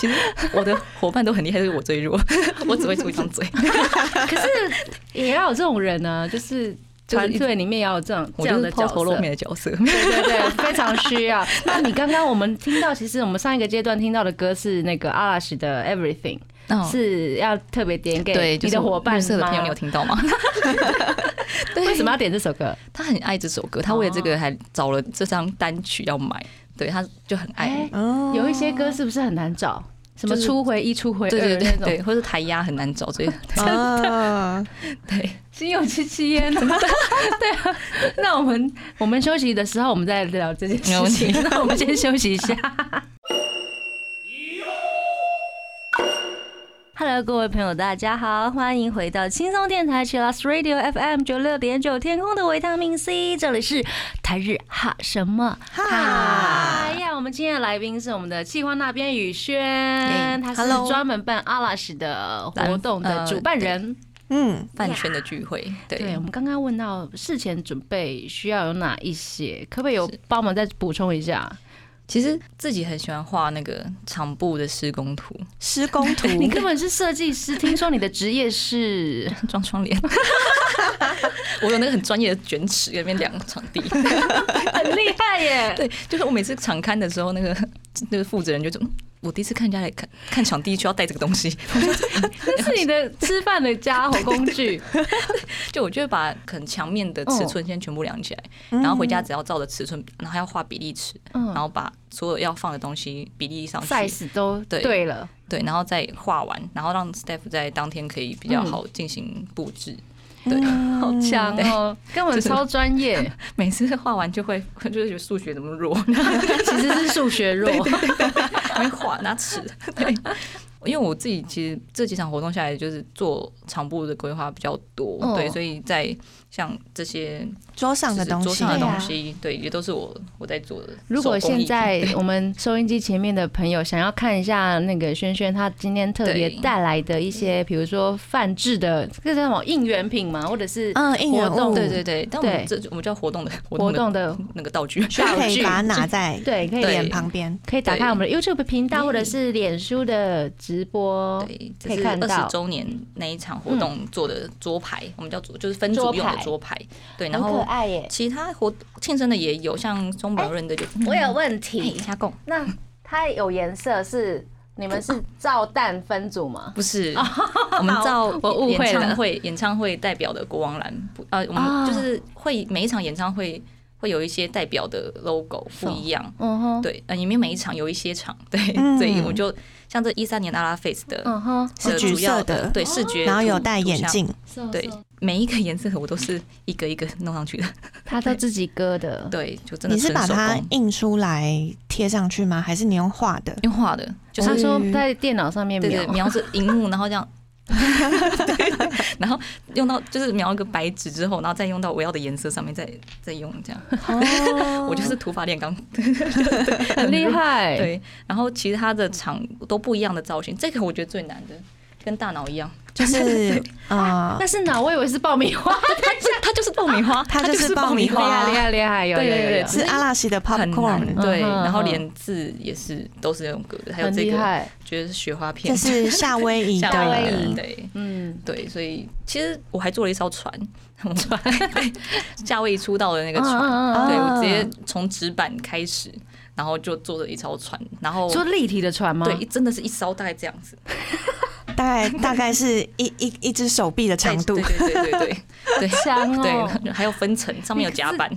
其实我的伙伴都很厉害，就是我最弱， 我只会出一张 嘴，
也要有这种人呢、 就是
就是
团队里面也要有这样这
我
样
就
的
是
角
抛
色嗯
头，露面的角色。
对对对，非常需要。那你刚刚我们听到，其实我们上一个阶段听到的歌是那个阿拉西的 Everything，、
嗯
是要特别点
对，
给
就
你
是
的伙伴
绿
吗？
色的朋友，你有听到吗？ 对
为什么要点这首歌？
他很爱这首歌，他为了这
哦
个还找了这张单曲要买，对，他就很爱。
哎、
哦
有一些歌是不是很难找？什么
就是
初回一、初回二
对对
那
对
种？
对，或是台压很难找，所以
啊，
对
心有戚戚焉， 对啊。那我们我们休息的时候，我们再聊这件
没有
事情
问 题。
那我们先休息一下。Hello，各位朋友，大家好，欢迎回到轻松电台 c h i l l s Radio FM 九六点九，天空的维他命 C，这里是台日哈什么
哈
哎呀，我们今天的来宾是我们的企划那边宇轩
耶
他是
Hello
专门办阿拉什的活动的
呃
主办人。
嗯，
饭圈的 聚会，
呃对，
对
我，们刚刚问到事前准备需要有哪一些，可不可以有帮我们再补充一下？
其实自己很喜欢画那个场部的施工图，
施工图，
你根本是设计师，听说你的职业是
装窗帘。 我有那个很专业的卷尺，在那边量场 地。
很厉害耶。
对，就是我每次场刊的时候，那个那个负责人就说：“嗯我第一次看人家来看看场地，需要带这个东西。”
这是你的吃饭的家伙工 具，
就我就会把可能墙面的尺
哦
寸先全部量起来，然后回家只要照着尺寸，然后还要画比例尺，
嗯
然后把所有要放的东西比例上去，
，size 都
对
对了。
对，然后再画完，然后让 staff 在当天可以比较好进行布置。
好强哦，根本
就是
超专 业，
每次画完就会 就是觉得数学怎么弱，
其实是数学弱。
还会画拿尺。对，因为我自己其实这几场活动下来，就是做场部的规划比较多，
哦
对，所以在像这些
桌上的东
就是
西
桌上，的
对啊
东西，对，也都是我我在做的手工艺品。
如果现在
对
我们收音机前面的朋友想要看一下那个轩轩他今天特别
对
带来的一些，比如说泛制的，这叫什么应援品吗？或者是
嗯，应援
活动
物，
对对对，但我
对
们这我们叫活动的
活
的
动的，
那个道具，
就可以把它拿在
对，可以
对
脸旁边。
可以打开我们的 YouTube 频道
嗯
或者是脸书的直播。
对，
哦可
这
以
是
看
二
到嗯
十周年那一场活动做的桌牌，我们叫桌，就是分
桌
组用的
牌
桌牌。对，然
很可
后
爱耶！
其他活庆生的也有，像中本润的就嗯
我有问
嘿
题，
加贡，
那它有颜色是你们是照蛋分组吗？
不是我们照
我误
演
会了
唱会演唱会代表的国王蓝，不呃，我
啊
们就是会每一场演唱会会有一些代表的 logo 不一样。
嗯哼，
对，呃，里面每一场有一些场， 对，
嗯
所以我就像这一三年阿拉 face 的
嗯哼，
是
的
橘
主要
色的
对视
哦
觉，
然后有戴眼，镜，
对，每一个颜色我都是一个一个弄上去的。
他都自己割的，
对，就真的
你是
纯
把
手
它
工
印出来贴上去吗？还是你用画的？
用画的，就
他
是嗯
说在电脑上面
对对
描，
描着荧幕，然后这样。 对，然后用到就是描一个白纸之后，然后再用到我要的颜色上面，再再用这样。
哦
我就是土法炼钢，
很厉 害。
哦对。然后其他的场都不一样的造型，这个我觉得最难的，跟大脑一样，
就是啊
那，是哪？我以为是爆米花，
它就它就是爆米花，
它就是爆
爆米
米
厉
花
害厉害厉害，有有
对对
有
对
有，
是阿拉西的
很难
popcorn，
对。
嗯哼
然后
嗯
连字也是都是用格的，还有
很
这
厉
个
害，
觉得是雪花片，
这 是夏威夷
夏
的
威夷，对。
嗯，
对，所以其实我还做了一艘船，船夏威夷出道的那个船，
嗯嗯
嗯
对
啊
我直接从纸板开始，然后就做了一艘船，然后
说立体的船吗？
对，真的是一艘大概这样子
大概大概是一一一只手臂的长度
对，对对对对对
香
对
哦，
对，还有分层，上面有甲板。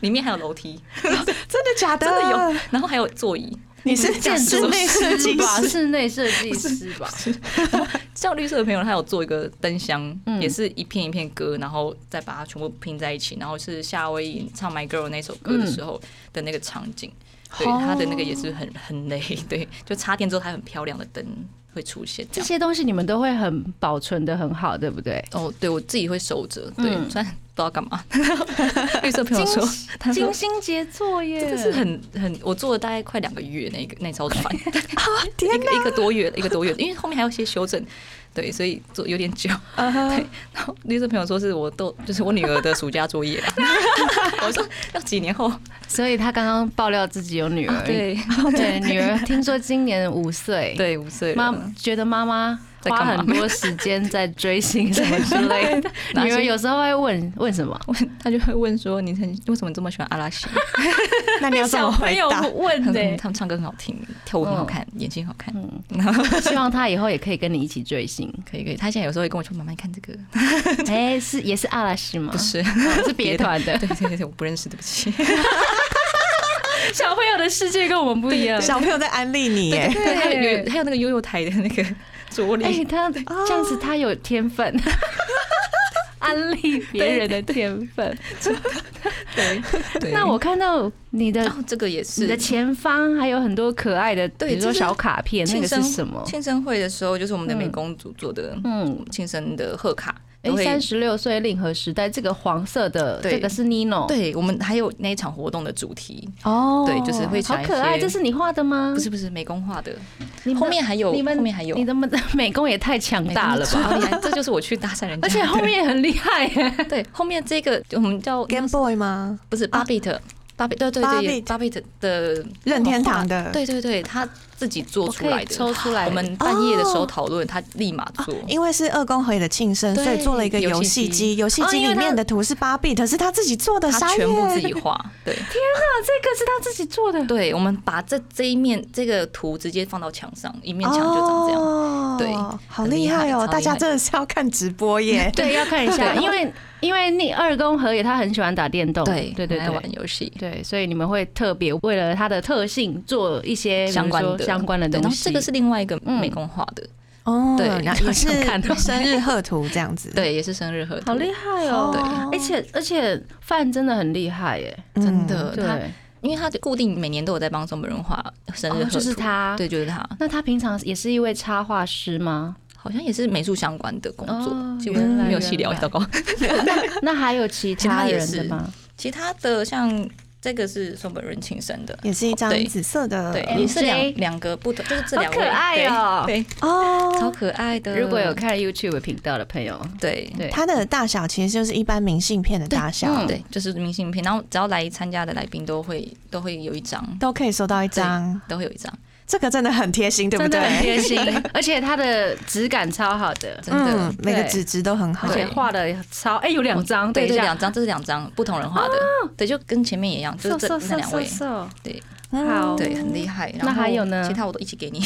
里面还有楼梯，
真的假的？
真的有，然后还有座椅，
你是
建
室
筑
内设
师
计
吧，
师，
室内设计师吧，
像绿色的朋友，他有做一个灯箱，
嗯
也是一片一片歌，然后再把它全部拼在一起，然后是夏威夷唱《My Girl》那首歌
嗯
的时候的那个场景，对，它的那个也是很很累，对，就插电之后它很漂亮的灯会出现这
这
样。
些东西你们都会很保存的很好，对不对？
哦，对我自己会守着，对，
嗯
虽然不知道干嘛。 绿色朋友说，他说
精心杰作耶，
这个是很很，我做了大概快两个月那个那 艘船，
啊
一个一个多月一个多月，因为后面还有一些修正，对，所以做有点久。
嗯
对，然后律师朋友说是我都就是我女儿的暑假作业， 我说要几年后，
所以他刚刚爆料自己有女儿，
对
对，女儿听说今年五岁，
对，五岁
妈
了，
觉得妈妈
在
花
干嘛
很多时间在追星什么之 类的，
对
女儿有时候会问问什么？
问他就会问说你很为什么这么喜欢阿 拉西？
那你要怎么回答？
问
他说嗯他们唱歌很好听，跳舞很好看，眼睛很好看，
嗯，希望她以后也可以跟你一起追星。
可以可以。他现在有时候会跟我说妈妈你看这个，
哎、是也是阿拉西吗？
不是，
哦，是别团的。
对对对对，我不认识，对不起。
小朋友的世界跟我们不一样。
小朋友在安利你耶，
对，还有还有那个悠悠台的那个 着力，
哎、他这样子，他有天分， 安利别人的天分。
对对。
那我看到你的
哦，这个也是
你的前方还有很多可爱的，
对
比如说
就是
小卡片，那
庆
个
生
是什么？
庆生会的时候，就是我们的
嗯
美工组做的
嗯，
庆生的贺卡，
哎
都，会
三十六岁令和时代，这个黄色的，
对
这个是 Nino，，
对我们还有那一场活动的主题，
哦
对，就是会
好
想一
可爱，
些
这是你画的吗？
不是不是美工画的，
你们
后面还有
你们
后面还有
你的美美工也太强大了吧！
吧？你看这就是我去搭讪 人 家，
而且后面也很厉害耶，
对后面 这个我们叫
Game Boy 吗？
不是巴比特。巴比对对对，
Barbit
啊巴比特的
任天堂的
对对对，他自己做
我
出
可
来啊
以
的。
抽出来。
我们半夜的时候
哦
讨论，他立马做。
啊因为是二宫和也的庆生，
对
所以做了一个游戏机，游戏
哦
机
因为
里
它
面的图是八 bit，是他自己做的，
他
傻
全部
眼
自己画，对
那这个是他自己做的，。
对，我们把这这一面这个图直接放到墙上，一面墙就长这样。
哦
对
好
很
厉
厉害
害
超
哦！
厉
大家
害
真的是要看直播耶
对，要看一下，
对
因为因为那二宫和也他很喜欢打电动，
对
对对
很爱玩
对。
游戏
对，所以你们会特别为了它的特性做一些比如
相关
说
的
相关的
对，
东
然后
西。
这个是另外一个
嗯
美工画的，
哦，
对
然后也是
想看
生日贺图这样子。，
对，也是生日合
好
同。
厉害哦！而
对
且而且范真的很厉害耶，
嗯
真的
对，
因为他固定每年都有在帮松本润画生日、
哦就是，他。
对，就是他，
那他平常也是一位插画师 吗？
好像也是美术相关的工作
哦，
结果
原来
没有细聊，
原来
糟糕。
那还有其
其他
他
也
人的
是
吗？
其他的像这个是松本润亲生的，
也是一张
对
紫色的，
对，
MJ
也是两两个不同，就是这
嗯好
两位
可爱哦
对，对超
哦。
可爱的。
如果有看 YouTube 频道的朋友，
对
对，
它的大小其实就是一般明信片的大小，
嗯
对，就是明信片，然后只要来参加的来宾都会都会有一张，
都可以收到一张，
都会有一张，
这个真的很贴心，对不
真的很
对？
贴心，而且它的质感超好的，
真的。，
嗯每个
对
纸质都很好
而。且画的超哎、有两张，等
对
一
对，
下，哦
两张，这是两张不同人画的，对，就跟前面也一样，就是这
瘦
那
瘦
两
瘦
位，
瘦，
对
嗯
好
对，很厉害。然
哦那还
后
有呢
其他我都一起给 你。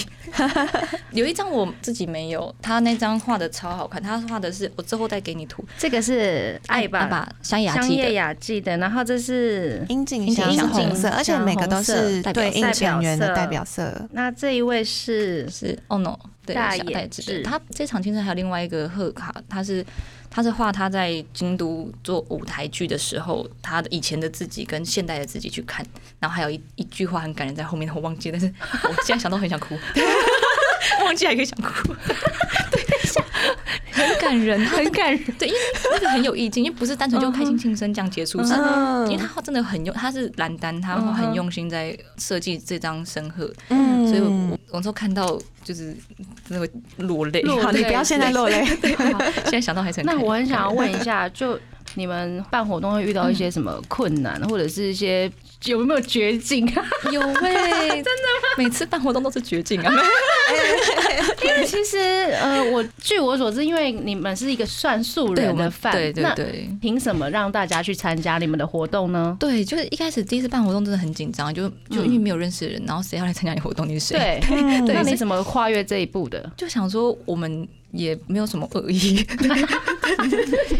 有一张我自己没有，他那张画的超好看，他画的是我之后再给你图。
这个是爱吧
把香雅
香
记
叶
的，
雅纪的，然后这是
樱井香
樱井
是
香
红色，
红
而且每个都是
色
对应成员的代
代
表
表
色。
那这一位 是
是 ono 对
大
小
野
代志
智
的。他这场竞赛还有另外一个贺卡，他是他是画他在京都做舞台剧的时候，他的以前的自己跟现代的自己去看，然后还有一一句话很感人，在后面我忘记，但是我现在想到很想哭， 忘记还可以想哭，对，很感人，很感人，对，因为那个很有意境，因为不是单纯
嗯
就开心庆生这样结束，是
嗯
因为他真的很用，他是蓝丹，他
嗯哼
很用心在设计这张生鹤，
嗯
所以我我之后看到就是真的会落泪。
落
好，你
泪
不要现在落泪。
现在想到还是 很
那
开心
我很想要问一 下，就你们办活动会遇到一些什么困难，或者是一些有没有绝境？啊
有喂、 真的吗？每次办活动都是绝境啊！
因为其实呃，我据我所知，因为你们是一个算素
对，
人
我
的
们
饭，
对对
那
对
凭什么让大家去参加你们的活动呢？
对，就是一开始第一次办活动真的很紧张，就就
嗯
因为没有认识的人，然后谁要来参加你活动，你是谁？
对，
嗯
那
对
你怎么跨越这一步的？
就想说我们也没有什么恶意，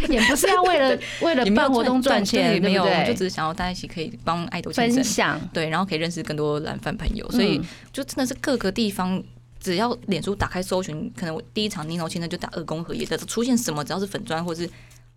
也不是要为了为了
也没有
办活动赚
对
钱，
没
对
有，
不
我们就
对？
只是想要大家一起可以帮爱豆庆
分
生，
享，
对，然后可以认识更多蓝饭朋友，所以
嗯
就真的是各个地方，只要脸书打开搜寻，可能我第一场 Nino 亲生就打二宫和也的，出现什么只要是粉砖或是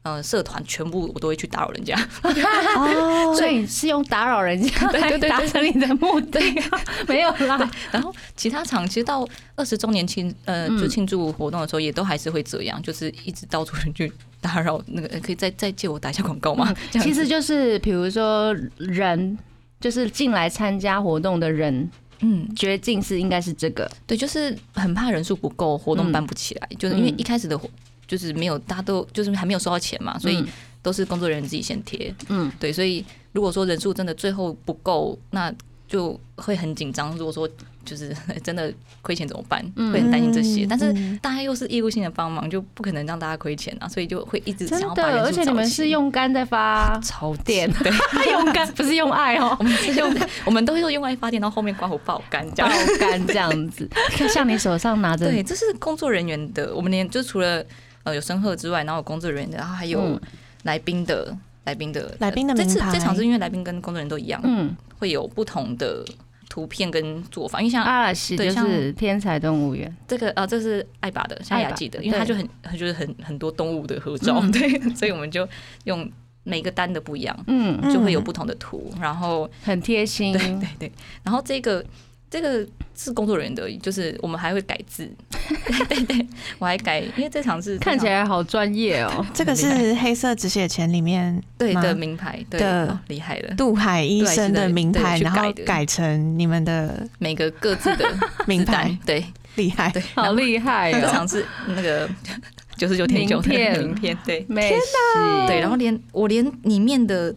呃社团，全部我都会去打扰人家。
哦，
所以你是用打扰人家
对
来
对对
达成你的目的， 没有啦。
然后其他场其实到二十周年庆呃
嗯
就庆祝活动的时候，也都还是会这样，就是一直到处去打扰那个，呃可以再再借我打一下广告吗？这
嗯
样
其实
子
就是比如说人，就是进来参加活动的人，
嗯，
决定是应该是这个，
对，就是很怕人数不够，活动办不起来，就是因为
嗯
一开始的活就是没有大家都就是还没有收到钱嘛，所以都是工作人员自己先贴。
嗯，
对，所以如果说人数真的最后不够，那就会很紧张。如果说就是 真的亏钱怎么办？
嗯
会很担心这些。但是
嗯
大家又是义务性的帮忙，就不可能让大家亏钱啊，所以就会一直
真
想要把人
的，
数
而且你
找
们
齐
是用肝在发
超
电
电，对，
用肝 不 是用爱哦
我。们是用 我们都是用爱发电，然后后面刮胡爆干这
爆
样。
肝这样 子，像你手上拿着，嗯
对，这是工作人员的。我们连就除了呃有生贺之外，然后有工作人员的，然后还有
嗯
来宾的。来宾的
来宾的
这
名
次
牌
这场是因为来宾跟工作人员都一样，
嗯，
会有不同的图片跟做法。因为像
阿拉西
对
就
像
是天才动物园，
这个呃，这是艾巴的，像雅记的，
艾巴
因为它
对
就很它就是很很多动物的合照，
嗯
对， 所以我们就用每个单的不一样，
嗯，
嗯
就会有不同的图。然后
很贴心，
对对对，然后这个这个是工作人员的而已，就是我们还会改字， 对对对，我还改，因为这场是
看起
来
来好专业哦。
这个是黑色止血钳里面
对
吗
的名牌，对
的
哦厉害了，
杜海医生的名牌，
对是
然
的
后
对去改的
改成你们的
每个各自的
名
字 单
牌，，
对
厉害。
对，
好厉害
这
哦！
场是那个 九十九点九的
名片
名片，对。
美食
对，然后连我连里面的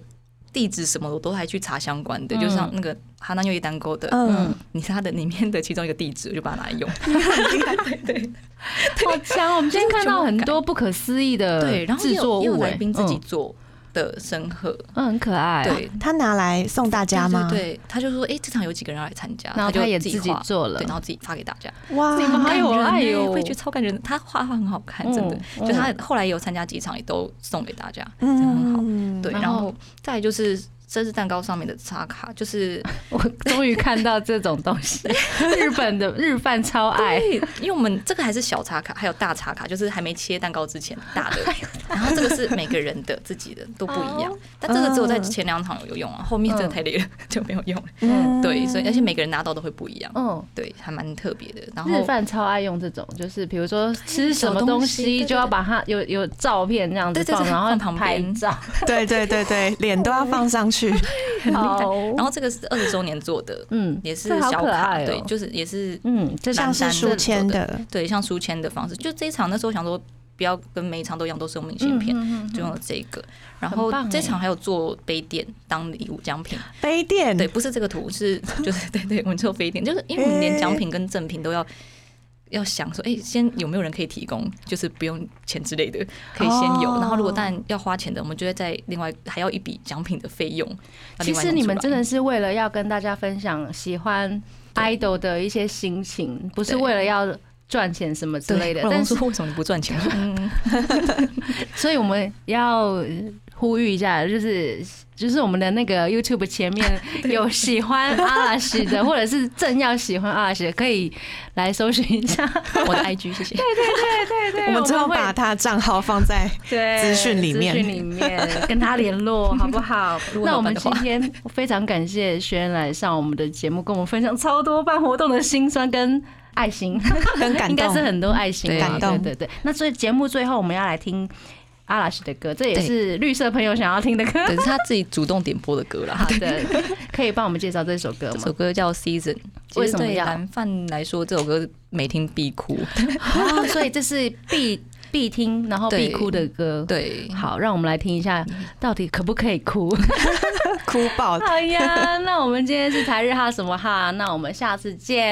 地址什么我都还去查相关的，
嗯
就像那个哈南又一单沟的，
嗯，
你是它的里面的其中一个地址，我就把它拿来用。
好强！我们今天看到很多不可思议的
对，然后
制
也有
作
也有
物，
来宾自己
嗯
做的生贺，
嗯很可爱，
对，对
他拿来送大家吗？
对，对他就说，哎，这场有几个人要来参加，
然后
就
他也
自
自己
画
做了
对，然后自己发给大家，
哇，
你们好有
感人
爱
欸
哟
会觉得超感人的。他画画很好看，真的，
嗯
就他后来也有参加几场，也都送给大家，真的很好。
嗯，
对，
然
然
后
后再来就是生日蛋糕上面的插卡，就是
我终于看到这种东 西，日本的日饭超爱。
对，因为我们这个还是小插卡，还有大插卡，就是还没切蛋糕之前 大的，然后这个是每个人的自己的都不一
哦
样，但这个只有在前两场有用啊，后面真的太累了就没有用了。
嗯
对，所以而且每个人拿到都会不一样，
嗯，
对，还蛮特别的。然
日
后
饭超爱用这种，就是比如说吃什么
小东
东
西
西，
对
就要把它有有照片这样子
对对
放，
对
然后
放旁
拍
边
照。
对对对对，脸都要放上去。
好，
然后这个是二十周年做的，
嗯，
也是
这好
小
可
卡，
爱哦
对，就是也是
嗯，这
像
像是
是书
书
签
签
的
的，
对像书签的方式。就这一场那时候想说，不要跟每一场都一样，都是用明信片，就用了这个。然后
嗯很棒
这
欸
场还有做杯垫当礼物奖品，
杯垫，
对，不是这个图，是就是对对，我们做杯垫，就是因为我们连奖品跟赠品都要。要想说，哎、先有没有人可以提供，就是不用钱之类的，可以先有。
哦
然后如果当然要花钱的，我们就会在另外还要一笔奖品的费用。要
其
另外
实
弄
你
出
们
来
真的是为了要跟大家分享喜欢 idol 的一些心情，不是
对
为了要赚钱什么之类的。
对我老公
但是，
说为什么你不赚钱？ 我说嗯，
所以我们要呼吁一下，就是就是我们的那个 YouTube 前面有喜欢阿拉西的，或者是正要喜欢阿拉西的，可以来搜寻一下。
我的 IG 谢谢。
对对
我们之后
会
把他账号放在
对
资讯里面
资讯里面跟他联络好不 好？
如果
那
老
我们
板的
今
话
天非常感谢轩来上我们的节目，跟我们分享超多办活动的辛酸跟爱心，
很感
应该
动
是，很多爱心
对
吧
感动
对对对。那所以节目最后我们要来听阿拉西的歌，这也
对
是绿色朋友想要听的歌。
对，是他自己主动点播的歌啦
好。的，可以帮我们介绍这首歌
这
吗
首？歌叫《Season》，
为什么
其实对
要
蓝饭来说，这首歌每听必哭。
啊，所以这是必必听然后必
对
哭的歌。， 嗯
对，
好，让我们来听一下，到底可不可以哭？
哭爆，
好呀， 那我们今天是台日哈什么哈？那我们下次见。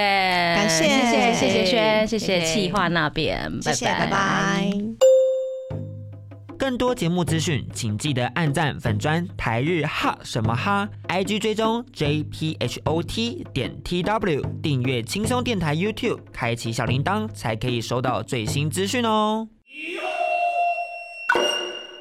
感
谢
谢谢谢谢轩，谢
谢
谢
谢
企划那边，
谢谢，拜拜。
更多节目资讯，请记得按赞粉砖台日哈什么哈，IG 追踪 JPHOT 点 TW，订阅轻松电台 YouTube，开启小铃铛才可以收到最新资讯哦。